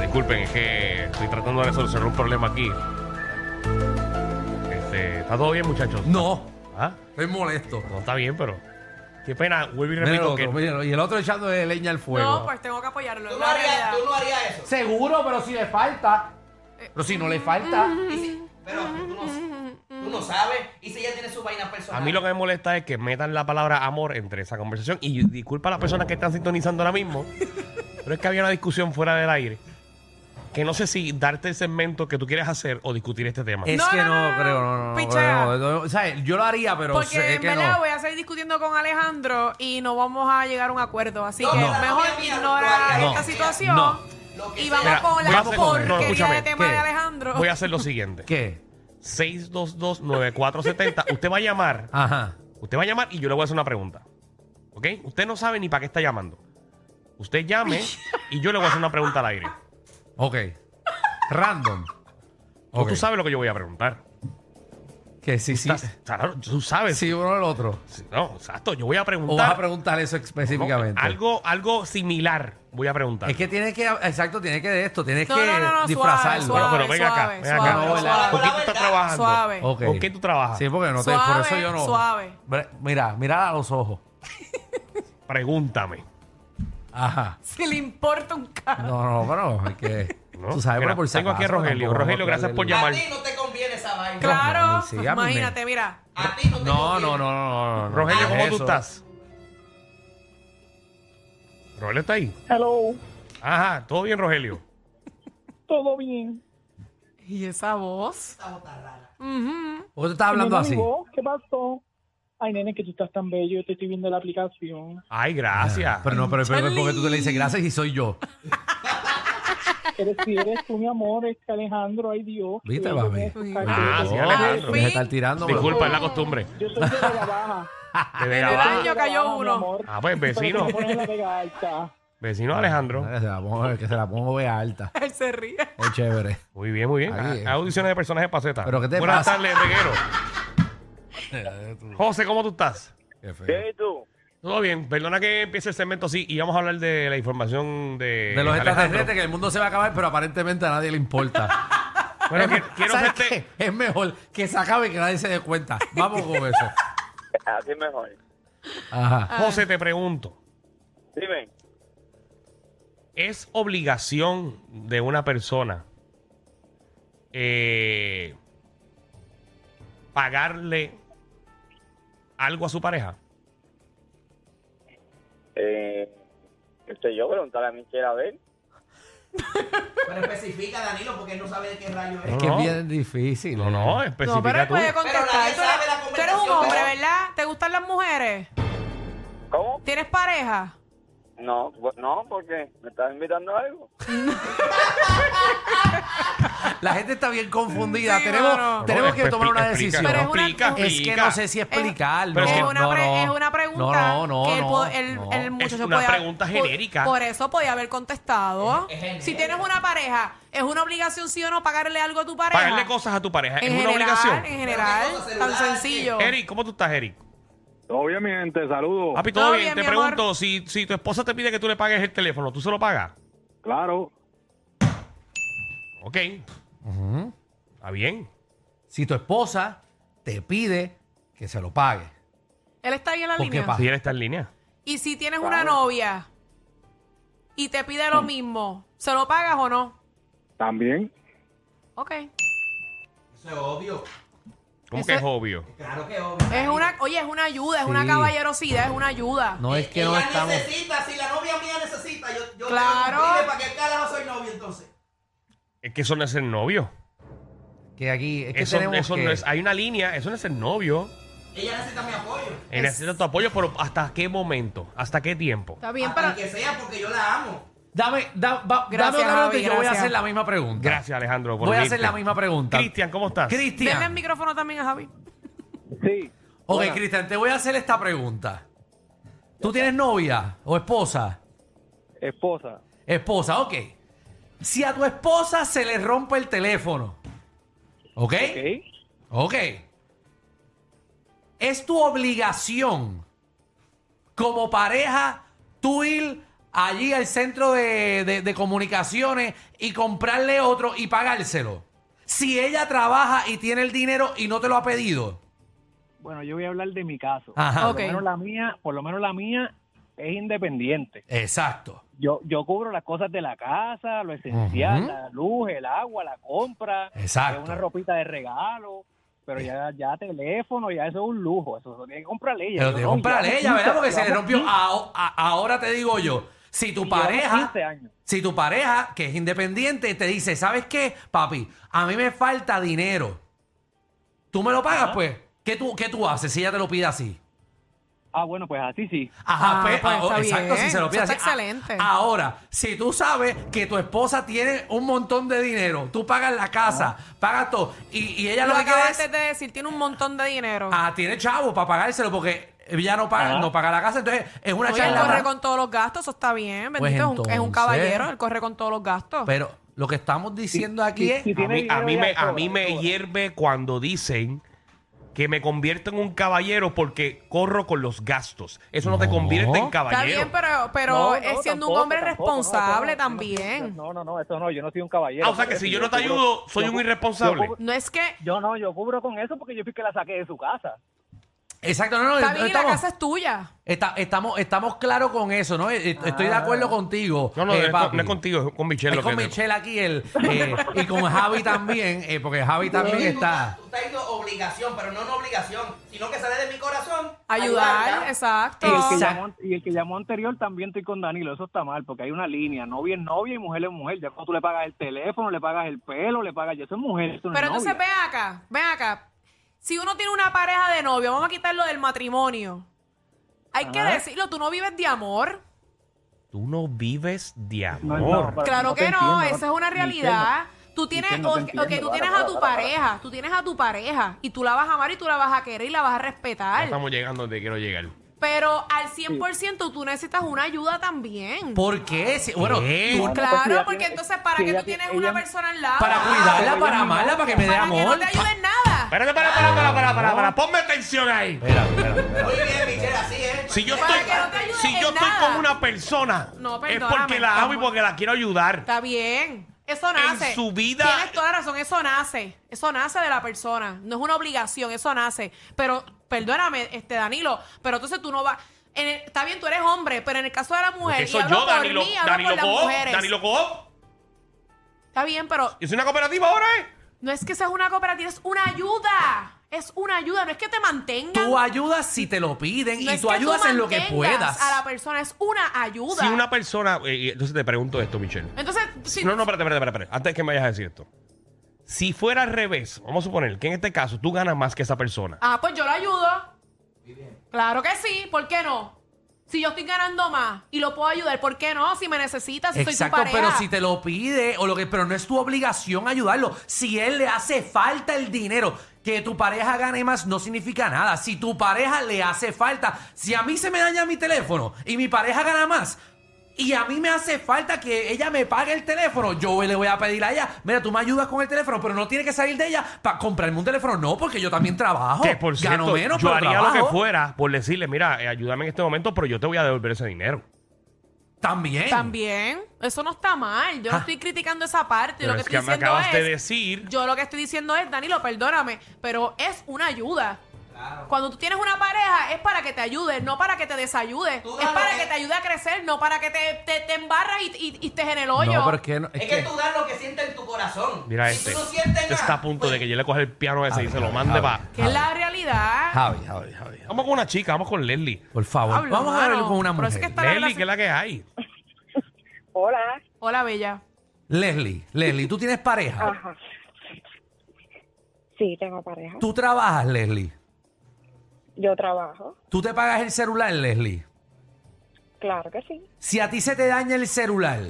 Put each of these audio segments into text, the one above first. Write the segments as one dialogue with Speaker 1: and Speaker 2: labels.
Speaker 1: disculpen, es que estoy tratando de solucionar un problema aquí. Este, ¿Está todo bien, muchachos?
Speaker 2: No,
Speaker 1: ¿Ah?
Speaker 2: estoy molesto.
Speaker 1: No está bien, pero. Qué pena, vuelvo y
Speaker 2: Mira el
Speaker 1: repito que.
Speaker 2: otro, míralo, y el otro echando de leña al fuego.
Speaker 3: No, pues tengo que apoyarlo.
Speaker 4: Tú
Speaker 3: es
Speaker 4: no,
Speaker 3: la realidad.
Speaker 4: harías, tú no harías eso.
Speaker 2: Seguro, pero si le falta. Pero si no le falta.
Speaker 4: Pero tú no, tú no sabes. Y si ella tiene su vaina
Speaker 1: A
Speaker 4: personal.
Speaker 1: mí lo que me molesta es que metan la palabra amor entre esa conversación. Y disculpa a las personas que están sintonizando ahora mismo, pero es que había una discusión fuera del aire. Que no sé si darte el segmento que tú quieres hacer o discutir este tema.
Speaker 2: Es
Speaker 3: No,
Speaker 2: que
Speaker 3: no,
Speaker 2: no,
Speaker 3: no, no,
Speaker 2: creo, no, no,
Speaker 3: pichea.
Speaker 2: creo, no, o sea, yo lo haría, pero
Speaker 3: Porque
Speaker 2: sé
Speaker 3: en
Speaker 2: que
Speaker 3: verdad
Speaker 2: no.
Speaker 3: voy a seguir discutiendo con Alejandro y no vamos a llegar a un acuerdo. Así
Speaker 4: No,
Speaker 3: que
Speaker 4: no.
Speaker 3: mejor
Speaker 4: No.
Speaker 3: ignorar
Speaker 2: No.
Speaker 3: esta situación
Speaker 2: No.
Speaker 4: Lo que
Speaker 3: y
Speaker 4: sea.
Speaker 3: vamos
Speaker 1: Mira,
Speaker 3: con
Speaker 1: voy a
Speaker 3: la
Speaker 1: hacer- no,
Speaker 3: porquería
Speaker 1: escúchame,
Speaker 3: de tema
Speaker 2: ¿qué?
Speaker 3: de Alejandro.
Speaker 1: Voy a hacer lo siguiente.
Speaker 2: ¿Qué?
Speaker 1: 6229470. Usted va a llamar.
Speaker 2: Ajá.
Speaker 1: Usted va a llamar y yo le voy a hacer una pregunta. ¿Ok? Usted no sabe ni para qué está llamando. Usted llame y yo le voy a hacer una pregunta al aire.
Speaker 2: Ok. Random.
Speaker 1: O
Speaker 2: Ok.
Speaker 1: Tú sabes lo que yo voy a preguntar.
Speaker 2: Que sí, sí.
Speaker 1: Estás- claro, tú sabes.
Speaker 2: Sí, uno al otro.
Speaker 1: No, exacto. Yo voy a preguntar.
Speaker 2: O vas a preguntar eso
Speaker 1: ¿no?
Speaker 2: específicamente.
Speaker 1: algo, algo similar voy a preguntar.
Speaker 2: Es que tienes que, exacto, tienes que de esto, tienes
Speaker 3: No,
Speaker 2: que
Speaker 3: no, no, no,
Speaker 2: disfrazarlo.
Speaker 1: pero,
Speaker 3: suave,
Speaker 1: pero venga acá,
Speaker 3: suave,
Speaker 1: venga
Speaker 3: suave.
Speaker 1: acá.
Speaker 2: No, la-
Speaker 1: ¿Con quién tú
Speaker 4: la
Speaker 1: estás
Speaker 4: verdad.
Speaker 1: trabajando?
Speaker 3: Suave.
Speaker 2: Ok.
Speaker 1: ¿Con quién tú trabajas?
Speaker 2: Sí, porque no te,
Speaker 3: Suave,
Speaker 2: por eso yo no.
Speaker 3: suave.
Speaker 2: Bre- Mira, mira a los ojos.
Speaker 1: Pregúntame.
Speaker 2: Ajá.
Speaker 3: Si le importa un carajo.
Speaker 2: No, no, pero hay que.
Speaker 1: ¿no?
Speaker 2: Tú sabes,
Speaker 1: Mira,
Speaker 2: pero por si
Speaker 1: tengo aquí a
Speaker 2: acaso,
Speaker 1: Rogelio.
Speaker 2: tampoco
Speaker 1: Rogelio,
Speaker 2: vamos a
Speaker 1: gracias por
Speaker 2: darle-
Speaker 1: llamar.
Speaker 4: A ti no te conviene esa vaina.
Speaker 3: Claro,
Speaker 2: no, sí, a mí me-
Speaker 3: imagínate, mira.
Speaker 4: A ti no te
Speaker 2: No,
Speaker 4: conviene.
Speaker 2: no, no, no, no, no.
Speaker 1: Rogelio,
Speaker 2: no,
Speaker 1: ¿cómo
Speaker 2: Ah, eso.
Speaker 1: tú estás? Rogelio está ahí.
Speaker 5: Hello,
Speaker 1: Ajá, todo bien, Rogelio.
Speaker 5: todo bien.
Speaker 3: Y esa voz.
Speaker 4: Esa bota rara.
Speaker 3: Ujú.
Speaker 2: ¿Por qué tú estás hablando
Speaker 5: Nene, mi
Speaker 2: así?
Speaker 5: voz, ¿Qué pasó? Ay, nene, que tú estás tan bello, yo te estoy viendo la aplicación.
Speaker 1: Ay, gracias.
Speaker 2: Ah, Pero no, pero, pero porque tú te le dices gracias y soy yo.
Speaker 5: Eres, si eres tú, mi amor, es que Alejandro, ay Dios. que
Speaker 2: Viste,
Speaker 5: yo
Speaker 2: mami.
Speaker 5: me voy a buscar.
Speaker 1: Ah,
Speaker 5: Yo
Speaker 1: sí,
Speaker 5: soy-
Speaker 1: Alejandro.
Speaker 2: Deja de estar tirando. bro.
Speaker 1: Disculpa, es la costumbre.
Speaker 5: Yo soy de la baja.
Speaker 1: De Vega
Speaker 3: Ay,
Speaker 1: Baja.
Speaker 5: Soy de Vega
Speaker 3: cayó
Speaker 5: Baja, mi
Speaker 3: uno.
Speaker 5: amor.
Speaker 1: Ah, pues,
Speaker 5: Pero
Speaker 1: vecino.
Speaker 5: te voy a poner la Vega Alta.
Speaker 1: Vecino Alejandro.
Speaker 2: Que se la pongo, que se la pongo vea alta.
Speaker 3: Él se ríe.
Speaker 2: Es chévere.
Speaker 1: Muy bien, muy bien.
Speaker 2: Ahí,
Speaker 1: Ah,
Speaker 2: eh.
Speaker 1: ah, Audiciones de personajes de paseta.
Speaker 2: Pero, ¿qué te
Speaker 1: Buenas
Speaker 2: pasa?
Speaker 1: tardes, reguero. José, ¿cómo tú estás?
Speaker 2: Qué feo.
Speaker 6: ¿Qué tú?
Speaker 1: Todo bien. Perdona que empiece el segmento así y vamos a hablar de la información de.
Speaker 2: De los
Speaker 1: Alejandro.
Speaker 2: extraterrestres, que el mundo se va a acabar, pero aparentemente a nadie le importa.
Speaker 1: Bueno, que- quiero
Speaker 2: ¿Sabes
Speaker 1: hacerte.
Speaker 2: qué? Es mejor que se acabe y que nadie se dé cuenta. Vamos con eso.
Speaker 6: Así mejor.
Speaker 3: Ah.
Speaker 2: Ajá.
Speaker 1: José, te pregunto.
Speaker 6: Dime,
Speaker 1: ¿Es obligación de una persona eh, pagarle algo a su pareja?
Speaker 6: eh, qué sé yo, preguntarle a Michelle a ver.
Speaker 4: Pero especifica, Danilo, porque él no sabe de qué rayo es.
Speaker 2: Es que es
Speaker 1: No.
Speaker 2: bien difícil.
Speaker 1: No,
Speaker 2: eh.
Speaker 1: no,
Speaker 3: No, pero
Speaker 1: especifica
Speaker 3: él puede
Speaker 1: tú.
Speaker 4: Pero
Speaker 3: contestar.
Speaker 4: nadie
Speaker 3: Tú eres-
Speaker 4: sabe la
Speaker 3: tú eres un
Speaker 4: conversación,
Speaker 3: hombre,
Speaker 4: ¿no?
Speaker 3: ¿verdad? ¿Te gustan las mujeres?
Speaker 6: ¿Cómo?
Speaker 3: ¿Tienes pareja?
Speaker 6: No, bu- no, porque me estás invitando a algo.
Speaker 2: La gente está bien confundida.
Speaker 3: Sí,
Speaker 2: tenemos
Speaker 3: mano.
Speaker 2: tenemos
Speaker 1: No,
Speaker 2: que
Speaker 1: expli-
Speaker 2: tomar una
Speaker 1: explica,
Speaker 2: decisión.
Speaker 3: Pero
Speaker 1: no,
Speaker 3: es una-
Speaker 1: explica,
Speaker 2: Es que
Speaker 1: explica.
Speaker 2: no sé si explicar.
Speaker 1: Pero
Speaker 2: no,
Speaker 1: es
Speaker 3: es,
Speaker 1: que-
Speaker 3: una
Speaker 2: no,
Speaker 3: pre-
Speaker 2: no.
Speaker 3: es una pregunta.
Speaker 2: No, no, no.
Speaker 3: que el, po-
Speaker 2: no,
Speaker 3: el-
Speaker 2: no.
Speaker 3: el muchacho
Speaker 1: una
Speaker 3: podía-
Speaker 1: pregunta
Speaker 3: po-
Speaker 1: genérica.
Speaker 3: Por, eso podía haber contestado.
Speaker 4: Es- es genérica.
Speaker 3: si tienes una pareja, ¿es una obligación sí o no pagarle algo a tu pareja?
Speaker 1: Pagarle cosas a tu pareja es
Speaker 3: En
Speaker 1: una
Speaker 3: general,
Speaker 1: obligación.
Speaker 3: En general,
Speaker 4: Pero qué cosa,
Speaker 3: tan
Speaker 4: celular,
Speaker 3: sencillo.
Speaker 1: Eric, ¿cómo tú estás, Eric?
Speaker 7: Todo bien, mi gente,
Speaker 6: Oh.
Speaker 7: saludos.
Speaker 6: Ah,
Speaker 1: Papi, todo
Speaker 3: Todo
Speaker 1: bien.
Speaker 3: bien,
Speaker 1: te
Speaker 3: mi
Speaker 1: pregunto, si, si tu esposa te pide que tú le pagues el teléfono, ¿tú se lo pagas?
Speaker 7: Claro.
Speaker 1: Ok. Está bien.
Speaker 2: Si tu esposa te pide que se lo pague.
Speaker 3: Él está ahí en la
Speaker 2: ¿Por qué
Speaker 3: línea.
Speaker 2: pasa?
Speaker 1: Si él está en línea.
Speaker 3: Y si tienes una novia y te pide
Speaker 2: Mm.
Speaker 3: lo mismo, ¿se lo pagas o no?
Speaker 7: También.
Speaker 3: Ok.
Speaker 4: Eso es obvio.
Speaker 1: ¿Cómo
Speaker 3: Eso
Speaker 1: que es
Speaker 3: es-
Speaker 1: obvio?
Speaker 4: Claro que es obvio.
Speaker 3: Es
Speaker 4: Danilo.
Speaker 3: una, oye, es una ayuda, es
Speaker 2: Sí.
Speaker 3: una caballerosidad, es una ayuda.
Speaker 2: No es que
Speaker 4: Ella
Speaker 2: no estamos.
Speaker 4: necesita, si la novia mía necesita, yo, yo
Speaker 3: Claro.
Speaker 4: tengo que cumplir, ¿para qué carajo soy novio entonces?
Speaker 1: Es que eso no es el novio.
Speaker 2: Que aquí es que
Speaker 1: eso
Speaker 2: tenemos
Speaker 1: eso
Speaker 2: que-
Speaker 1: no es. Hay una línea, eso no es el novio.
Speaker 4: Ella necesita mi apoyo.
Speaker 1: Él necesita tu apoyo, pero ¿hasta qué momento? ¿Hasta qué tiempo?
Speaker 3: Está bien,
Speaker 4: Hasta
Speaker 2: Ah,
Speaker 3: para
Speaker 4: el que sea, porque yo la amo.
Speaker 2: Dame, da- va-
Speaker 3: Gracias,
Speaker 2: dame otra nota
Speaker 3: Javi,
Speaker 2: y yo voy a
Speaker 3: gracias.
Speaker 2: hacer la misma pregunta.
Speaker 1: Gracias, Alejandro. por
Speaker 2: Voy a
Speaker 1: unirte.
Speaker 2: hacer la misma pregunta.
Speaker 1: Cristian, ¿cómo estás?
Speaker 3: Denle el
Speaker 2: Cristian.
Speaker 3: micrófono también a Javi.
Speaker 7: Sí.
Speaker 2: Ok, Cristian, te voy a hacer esta pregunta. ¿Tú tienes novia o esposa?
Speaker 7: Esposa.
Speaker 2: Esposa, ok. Si a tu esposa se le rompe el teléfono, ¿ok?
Speaker 7: ¿Ok?
Speaker 2: Ok. Es tu obligación como pareja tú ir allí al centro de, de- de comunicaciones y comprarle otro y pagárselo. Si ella trabaja y tiene el dinero y no te lo ha pedido.
Speaker 5: Bueno, yo voy a hablar de mi caso.
Speaker 2: Ajá.
Speaker 3: Ok.
Speaker 5: Por lo menos la mía, por lo menos la mía es independiente.
Speaker 2: Exacto.
Speaker 5: Yo, yo cubro las cosas de la casa, lo esencial, la luz, el agua, la compra,
Speaker 2: Exacto.
Speaker 5: eh, una ropita de regalo, pero ya, ya teléfono, ya eso es un lujo, eso, lo tiene que comprar ella.
Speaker 2: Pero
Speaker 5: Yo,
Speaker 2: te que
Speaker 5: no,
Speaker 2: comprar
Speaker 5: llevamos
Speaker 2: ella, ¿verdad?
Speaker 5: 15,
Speaker 2: Porque se le
Speaker 5: llevamos
Speaker 2: rompió.
Speaker 5: 15,
Speaker 2: A- a- ahora te digo yo, si tu
Speaker 5: llevamos
Speaker 2: pareja,
Speaker 5: 15 años.
Speaker 2: si tu pareja, que es independiente, te dice, ¿sabes qué, papi? A mí me falta dinero. ¿Tú me lo pagas, pues? ¿Qué tú, ¿Qué tú haces si ella te lo pide así?
Speaker 5: Ah, bueno, pues así sí.
Speaker 2: Ajá,
Speaker 3: Ah,
Speaker 2: pues,
Speaker 3: pues,
Speaker 2: ah,
Speaker 3: está
Speaker 2: exacto,
Speaker 3: bien.
Speaker 2: si se lo
Speaker 3: Eso
Speaker 2: pide
Speaker 3: está
Speaker 2: así. Ah,
Speaker 3: excelente.
Speaker 2: ahora, si tú sabes que tu esposa tiene un montón de dinero, tú pagas la casa, pagas todo, y, y ella lo,
Speaker 3: Lo
Speaker 2: que quiere
Speaker 3: acabaste
Speaker 2: es...
Speaker 3: de decir, tiene un montón de dinero.
Speaker 2: Ah, tiene chavo para pagárselo porque ella no paga,
Speaker 5: Ajá.
Speaker 2: no paga la casa, entonces es una
Speaker 3: Oye, él
Speaker 2: charla.
Speaker 3: corre con todos los gastos, eso está bien. Bendito,
Speaker 2: Pues
Speaker 3: es un- es, un,
Speaker 2: entonces. Pues,
Speaker 3: caballero, él corre con todos los gastos.
Speaker 2: Pero lo que estamos diciendo aquí
Speaker 5: Si-
Speaker 2: es...
Speaker 5: si
Speaker 1: A
Speaker 5: tiene
Speaker 1: mí, a
Speaker 5: dinero,
Speaker 1: mí
Speaker 5: ya
Speaker 1: me,
Speaker 5: es
Speaker 1: a
Speaker 5: todo,
Speaker 1: mí
Speaker 5: es
Speaker 1: me
Speaker 5: todo.
Speaker 1: hierve cuando dicen que me convierto en un caballero porque corro con los gastos. Eso no, te
Speaker 2: No.
Speaker 1: convierte en
Speaker 3: está
Speaker 1: caballero.
Speaker 3: bien, pero, pero
Speaker 5: No, no,
Speaker 3: es siendo un
Speaker 5: tampoco,
Speaker 3: hombre
Speaker 5: tampoco, no, eso no,
Speaker 3: responsable
Speaker 5: yo no soy un-
Speaker 3: también. No,
Speaker 5: No, no, no, eso no, yo no soy un caballero.
Speaker 1: Ah, o sea que si yo no te
Speaker 5: cubro-
Speaker 1: ayudo, soy
Speaker 5: yo
Speaker 1: un
Speaker 5: cu-
Speaker 1: irresponsable.
Speaker 5: yo cubro-
Speaker 3: es que...
Speaker 5: Yo no, yo cubro con eso porque yo fui que la saqué de su casa.
Speaker 2: Exacto, no, no,
Speaker 3: Está
Speaker 2: no
Speaker 3: bien, y la
Speaker 2: estamos,
Speaker 3: casa es tuya.
Speaker 2: está- estamos, estamos claros con eso, ¿no? Eh, eh, Estoy de acuerdo contigo.
Speaker 1: Ah. No, no,
Speaker 2: eh,
Speaker 1: no es con-
Speaker 2: papi.
Speaker 1: no es contigo, es con Michelle.
Speaker 2: Es
Speaker 1: lo
Speaker 2: con
Speaker 1: que-
Speaker 2: Michelle aquí el, eh, y con Javi también, eh, porque Javi también está.
Speaker 4: Tú estás diciendo obligación, pero no una obligación, sino que sale de mi corazón.
Speaker 3: Ayudar,
Speaker 4: ayudarla.
Speaker 3: exacto.
Speaker 5: Y el, que
Speaker 2: Exacto.
Speaker 5: llamó, y el que llamó anterior también estoy con Danilo, eso está mal, porque hay una línea, novia es novia y mujer es mujer. Ya cuando tú le pagas el teléfono, le pagas el pelo, le pagas, yo soy mujer, eso no
Speaker 3: Pero
Speaker 5: es
Speaker 3: entonces
Speaker 5: novia.
Speaker 3: ven acá, ven acá. Si uno tiene una pareja de novio, vamos a quitarlo del matrimonio. Hay que
Speaker 5: Ajá.
Speaker 3: decirlo, tú no vives de amor.
Speaker 1: Tú no vives de
Speaker 5: No,
Speaker 1: amor.
Speaker 5: no, pero
Speaker 3: Claro
Speaker 5: no te
Speaker 3: que no,
Speaker 5: entiendo,
Speaker 3: esa es una
Speaker 5: te
Speaker 3: realidad. Tú tienes,
Speaker 5: Michelle, no te
Speaker 3: ok,
Speaker 5: entiendo.
Speaker 3: ok, tú
Speaker 5: Para,
Speaker 3: tienes a
Speaker 5: para,
Speaker 3: tu
Speaker 5: para, para.
Speaker 3: pareja, tú tienes a tu pareja y tú la vas a amar y tú la vas a querer y la vas a
Speaker 1: Ya
Speaker 3: respetar.
Speaker 1: estamos llegando donde quiero llegar.
Speaker 3: Pero al 100% tú necesitas una ayuda también.
Speaker 2: ¿Por qué? Si- bueno,
Speaker 1: ¿Qué?
Speaker 2: tú-
Speaker 5: No, pues, si
Speaker 3: claro,
Speaker 5: ella
Speaker 3: porque
Speaker 5: tiene-
Speaker 3: entonces para
Speaker 5: si
Speaker 3: qué
Speaker 5: ella
Speaker 3: tú tienes
Speaker 5: tiene-
Speaker 3: una
Speaker 5: ella-
Speaker 3: persona al lado.
Speaker 2: para cuidarla, para amarla, para que me dé
Speaker 3: Para que no
Speaker 2: amor.
Speaker 3: te ayude en nada.
Speaker 1: Espérate, para, para, para, para, para, para. Ponme atención ahí.
Speaker 2: Espera, espera, espera.
Speaker 4: Muy bien, Michelle, así es.
Speaker 1: Si yo
Speaker 3: Para
Speaker 1: estoy,
Speaker 3: que no te ayude
Speaker 1: si yo
Speaker 3: en
Speaker 1: estoy
Speaker 3: nada.
Speaker 1: con una persona,
Speaker 3: No,
Speaker 1: es
Speaker 3: perdóname,
Speaker 1: porque la amo y
Speaker 3: estamos-
Speaker 1: porque la quiero ayudar.
Speaker 3: Está bien. Eso nace.
Speaker 1: su vida-
Speaker 3: Tienes toda la razón. Eso nace. Eso nace de la persona. No es una obligación. Eso nace. Pero, perdóname, este Danilo. Pero entonces tú no vas. en el- está bien, tú eres hombre. Pero en el caso de la mujer.
Speaker 1: Porque soy
Speaker 3: y hablo
Speaker 1: yo,
Speaker 3: por
Speaker 1: Danilo,
Speaker 3: mí, hablo
Speaker 1: Danilo
Speaker 3: por las
Speaker 1: Coop.
Speaker 3: mujeres.
Speaker 1: Danilo Coop.
Speaker 3: Está bien, pero
Speaker 1: Yo soy una cooperativa ahora, ¿eh?
Speaker 3: no es que seas una cooperativa. Es una ayuda. Es una ayuda. No es que te mantengan.
Speaker 2: Tú ayudas si te lo piden
Speaker 3: no
Speaker 2: y
Speaker 3: es
Speaker 2: tú
Speaker 3: que
Speaker 2: ayudas en lo que
Speaker 3: mantengas
Speaker 2: puedas.
Speaker 3: A la persona es una ayuda.
Speaker 1: Si una persona. eh, y entonces te pregunto esto, Michelle.
Speaker 3: Entonces, si-
Speaker 1: No, no, espérate, espérate, espérate. espérate. Antes que me vayas a decir esto. Si fuera al revés, vamos a suponer que en este caso tú ganas más que esa persona.
Speaker 3: Ah, pues yo lo ayudo. Claro que sí, ¿por qué no? Si yo estoy ganando más y lo puedo ayudar, ¿por qué no? Si me necesitas, si soy tu
Speaker 2: Exacto,
Speaker 3: pareja.
Speaker 2: pero si te lo pide o lo que, pero no es tu obligación ayudarlo. Si él le hace falta el dinero, que tu pareja gane más no significa nada. Si tu pareja le hace falta, si a mí se me daña mi teléfono y mi pareja gana más y a mí me hace falta que ella me pague el teléfono, yo le voy a pedir a ella, mira, tú me ayudas con el teléfono, pero no tiene que salir de ella para comprarme un teléfono, no, porque yo también trabajo.
Speaker 1: que por
Speaker 2: Oh, gano
Speaker 1: cierto,
Speaker 2: menos,
Speaker 1: yo
Speaker 2: pero
Speaker 1: haría
Speaker 2: trabajo.
Speaker 1: lo que fuera por decirle, mira, eh, ayúdame en este momento, pero yo te voy a devolver ese dinero.
Speaker 2: También.
Speaker 3: También, eso no está mal. Yo no
Speaker 2: Ah.
Speaker 3: estoy criticando esa parte.
Speaker 1: Pero
Speaker 3: lo que
Speaker 1: es
Speaker 3: estoy
Speaker 1: que me
Speaker 3: diciendo
Speaker 1: acabas
Speaker 3: es.
Speaker 1: de decir.
Speaker 3: Yo lo que estoy diciendo es, Danilo, perdóname, pero es una ayuda.
Speaker 4: Claro.
Speaker 3: Cuando tú tienes una pareja es para que te ayude, no para que te desayude.
Speaker 4: Tú
Speaker 3: Es
Speaker 4: das lo
Speaker 3: para
Speaker 4: que-
Speaker 3: que te ayude a crecer, no para que te, te, te embarras y, y, y estés en el hoyo.
Speaker 2: No, pero es que no- es
Speaker 4: Es que
Speaker 2: que-
Speaker 4: tú das lo que sientes en tu corazón.
Speaker 1: Mira
Speaker 4: si
Speaker 1: este.
Speaker 4: tú no sientes
Speaker 1: este
Speaker 4: nada,
Speaker 1: está a punto
Speaker 4: pues,
Speaker 1: de que yo le coja el piano ese y se lo mande
Speaker 2: Javi,
Speaker 1: para.
Speaker 3: Que es
Speaker 2: Ah.
Speaker 3: la realidad.
Speaker 2: Javi, Javi, Javi, Javi.
Speaker 1: Vamos con una chica, vamos con Leslie.
Speaker 2: Por favor,
Speaker 3: Hablo,
Speaker 2: vamos a hablar
Speaker 3: mano.
Speaker 2: con una
Speaker 3: Pero
Speaker 2: mujer.
Speaker 3: es que Está la
Speaker 1: Leslie,
Speaker 3: relación-
Speaker 1: ¿qué es la que hay?
Speaker 8: Hola.
Speaker 3: Hola, Bella.
Speaker 2: Leslie, Leslie, tú tienes pareja.
Speaker 8: Ajá. Sí, tengo pareja.
Speaker 2: Tú trabajas, Leslie.
Speaker 8: Yo trabajo.
Speaker 2: Tú te pagas el celular, Leslie.
Speaker 8: Claro que sí.
Speaker 2: Si a ti se te daña el celular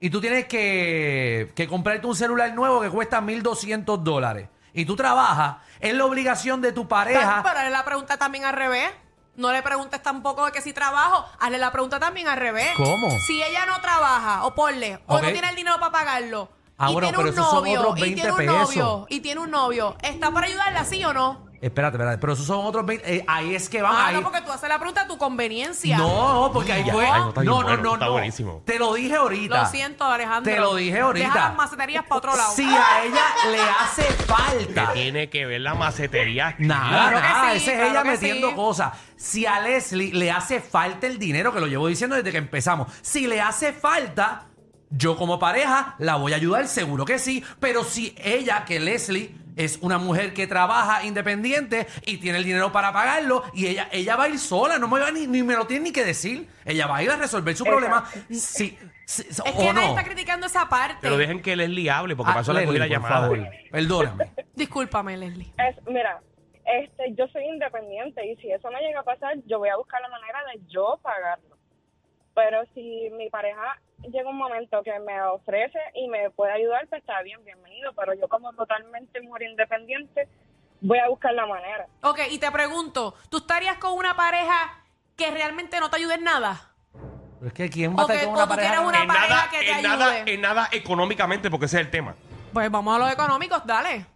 Speaker 2: y tú tienes que, que comprarte un celular nuevo que cuesta 1.200 dólares y tú trabajas, es la obligación de tu
Speaker 3: Ta-
Speaker 2: pareja.
Speaker 3: Pero hazle la pregunta también al revés. No le preguntes tampoco de que si trabajo. Hazle la pregunta también al revés.
Speaker 2: ¿Cómo?
Speaker 3: Si ella no trabaja, o ponle, o
Speaker 2: Ok.
Speaker 3: no tiene el dinero para pagarlo,
Speaker 2: Ah,
Speaker 3: y
Speaker 2: bueno,
Speaker 3: tiene
Speaker 2: pero
Speaker 3: un
Speaker 2: esos son
Speaker 3: novio,
Speaker 2: otros
Speaker 3: y
Speaker 2: 20
Speaker 3: tiene un
Speaker 2: pesos.
Speaker 3: novio, y tiene un novio. ¿Está para ayudarla, sí o no?
Speaker 2: Espérate, espérate, pero esos son otros 20. eh, ahí es que vamos.
Speaker 3: Ah,
Speaker 2: ahí-
Speaker 3: no, porque tú haces la pregunta a tu conveniencia.
Speaker 2: No, porque ahí
Speaker 1: Ya,
Speaker 2: fue.
Speaker 1: ay, no, está bien
Speaker 2: No, no,
Speaker 1: bueno,
Speaker 2: no,
Speaker 1: está
Speaker 2: no.
Speaker 1: buenísimo.
Speaker 2: Te lo dije ahorita.
Speaker 3: Lo siento, Alejandro.
Speaker 2: Te lo dije ahorita.
Speaker 3: Deja las maceterías para otro lado.
Speaker 2: Si a ella le hace
Speaker 1: ¿Qué
Speaker 2: falta.
Speaker 1: tiene que ver la macetería?
Speaker 2: Nada,
Speaker 3: Claro que
Speaker 2: nada, esa
Speaker 3: sí,
Speaker 2: es
Speaker 3: claro
Speaker 2: ella
Speaker 3: que
Speaker 2: metiendo
Speaker 3: sí.
Speaker 2: cosas. Si a Leslie le hace falta el dinero, que lo llevo diciendo desde que empezamos, si le hace falta, yo como pareja la voy a ayudar, seguro que sí, pero si ella, que Leslie es una mujer que trabaja independiente y tiene el dinero para pagarlo y ella, ella va a ir sola, no me va ni, ni me lo tiene ni que decir, ella va a ir a resolver su problema. Sí, sí,
Speaker 3: Es
Speaker 2: o
Speaker 3: que nadie
Speaker 2: no. Ah,
Speaker 3: está criticando esa parte.
Speaker 1: Pero dejen que Leslie hable porque pasó la cogí
Speaker 2: Leslie,
Speaker 1: la
Speaker 2: por
Speaker 1: llamada.
Speaker 2: favor, Perdóname.
Speaker 3: Discúlpame, Leslie.
Speaker 8: Es- mira, este, yo soy independiente y si eso no llega a pasar, yo voy a buscar la manera de yo pagarlo. Pero si mi pareja llega un momento que me ofrece y me puede ayudar, pues está bien, bienvenido. Pero yo como totalmente mujer independiente, voy a buscar la manera.
Speaker 3: Ok, y te pregunto, ¿tú estarías con una pareja que realmente no te ayude en nada?
Speaker 2: Pero es que ¿quién va a
Speaker 3: O,
Speaker 2: estar
Speaker 3: que,
Speaker 2: con
Speaker 3: o
Speaker 2: una
Speaker 3: tú
Speaker 2: pareja?
Speaker 3: quieres una
Speaker 1: en
Speaker 3: pareja
Speaker 1: nada,
Speaker 3: que te
Speaker 1: en
Speaker 3: ayude.
Speaker 1: nada, en nada económicamente, porque ese es el tema.
Speaker 3: Pues vamos a los económicos, dale.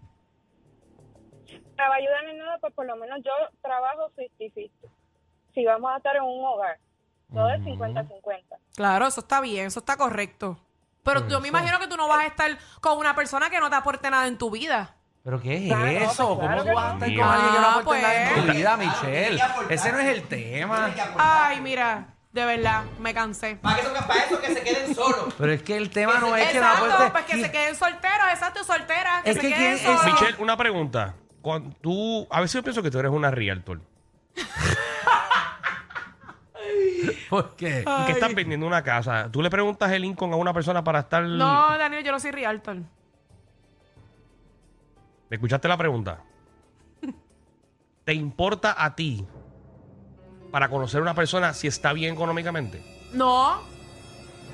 Speaker 8: me va a ayudar en nada, pues por lo menos yo trabajo 50-50. Si vamos a estar en un hogar, todo es 50-50.
Speaker 3: Claro, eso está bien, eso está correcto. Pero yo me imagino que tú no vas a estar con una persona que no te aporte nada en tu vida.
Speaker 2: ¿Pero qué es
Speaker 8: Claro, pues,
Speaker 2: eso?
Speaker 8: claro
Speaker 2: ¿Cómo
Speaker 8: que
Speaker 2: tú vas a estar
Speaker 1: no.
Speaker 2: con alguien que no
Speaker 3: Ah,
Speaker 2: aporta nada en tu
Speaker 3: pues.
Speaker 2: vida,
Speaker 4: Claro,
Speaker 2: Michelle?
Speaker 4: tiene que aportar.
Speaker 2: Ese no es el tema.
Speaker 4: Tiene que aportar.
Speaker 3: Ay, mira, de verdad, me cansé.
Speaker 4: Para eso, que- para eso que se queden solos.
Speaker 2: Pero es que el tema no es que no
Speaker 3: exacto,
Speaker 2: aporte...
Speaker 3: pues que se queden solteros, exacto, solteras, que
Speaker 2: Es
Speaker 3: se
Speaker 2: que
Speaker 3: queden
Speaker 2: quién es-
Speaker 3: solos.
Speaker 1: Michelle, una pregunta. Cuando tú, a veces yo pienso que tú eres una realtor.
Speaker 2: ¿Por qué?
Speaker 1: Y que estás vendiendo una casa. Tú le preguntas el Lincoln a una persona para estar.
Speaker 3: No, Daniel, yo no soy realtor.
Speaker 1: ¿Me escuchaste la pregunta? ¿Te importa a ti para conocer a una persona si está bien económicamente?
Speaker 3: No.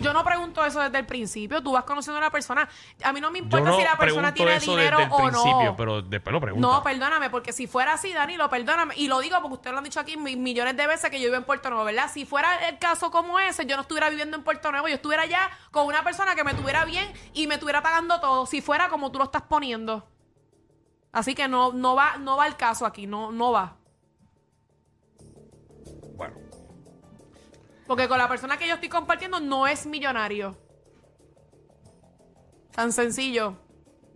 Speaker 3: Yo no pregunto eso desde el principio. Tú vas conociendo a la persona. A mí no me
Speaker 1: Yo
Speaker 3: importa
Speaker 1: no
Speaker 3: si la persona
Speaker 1: pregunto
Speaker 3: tiene
Speaker 1: eso
Speaker 3: dinero
Speaker 1: desde el
Speaker 3: o
Speaker 1: principio,
Speaker 3: no.
Speaker 1: pero después lo pregunto.
Speaker 3: No, perdóname, porque si fuera así, Danilo, perdóname. Y lo digo porque ustedes lo han dicho aquí mi- millones de veces que yo vivo en Puerto Nuevo, ¿verdad? Si fuera el caso como ese, yo no estuviera viviendo en Puerto Nuevo, yo estuviera allá con una persona que me tuviera bien y me estuviera pagando todo, si fuera como tú lo estás poniendo. Así que no, no va, no va el caso aquí, no, no va.
Speaker 1: Bueno,
Speaker 3: Porque con la persona que yo estoy compartiendo no es millonario. Tan sencillo.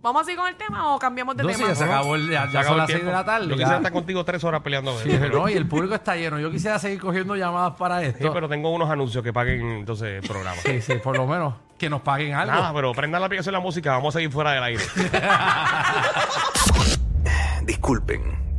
Speaker 3: ¿Vamos así con el tema o cambiamos de
Speaker 2: No, si
Speaker 3: tema?
Speaker 2: ya se acabó, el, ya,
Speaker 1: se
Speaker 2: ya
Speaker 1: acabó
Speaker 2: son
Speaker 1: el
Speaker 2: las 6
Speaker 1: tiempo.
Speaker 2: de la tarde.
Speaker 1: Yo
Speaker 2: ya.
Speaker 1: quisiera estar contigo tres horas peleando. de
Speaker 2: Sí,
Speaker 1: eso, pero-
Speaker 2: no, y el público está lleno. Yo quisiera seguir cogiendo llamadas para
Speaker 1: Sí,
Speaker 2: esto.
Speaker 1: pero tengo unos anuncios que paguen entonces el programa.
Speaker 2: Sí, sí, por lo menos que nos paguen algo.
Speaker 1: Nada, pero prendan la aplicación de la música, vamos a seguir fuera del aire.
Speaker 9: Disculpen,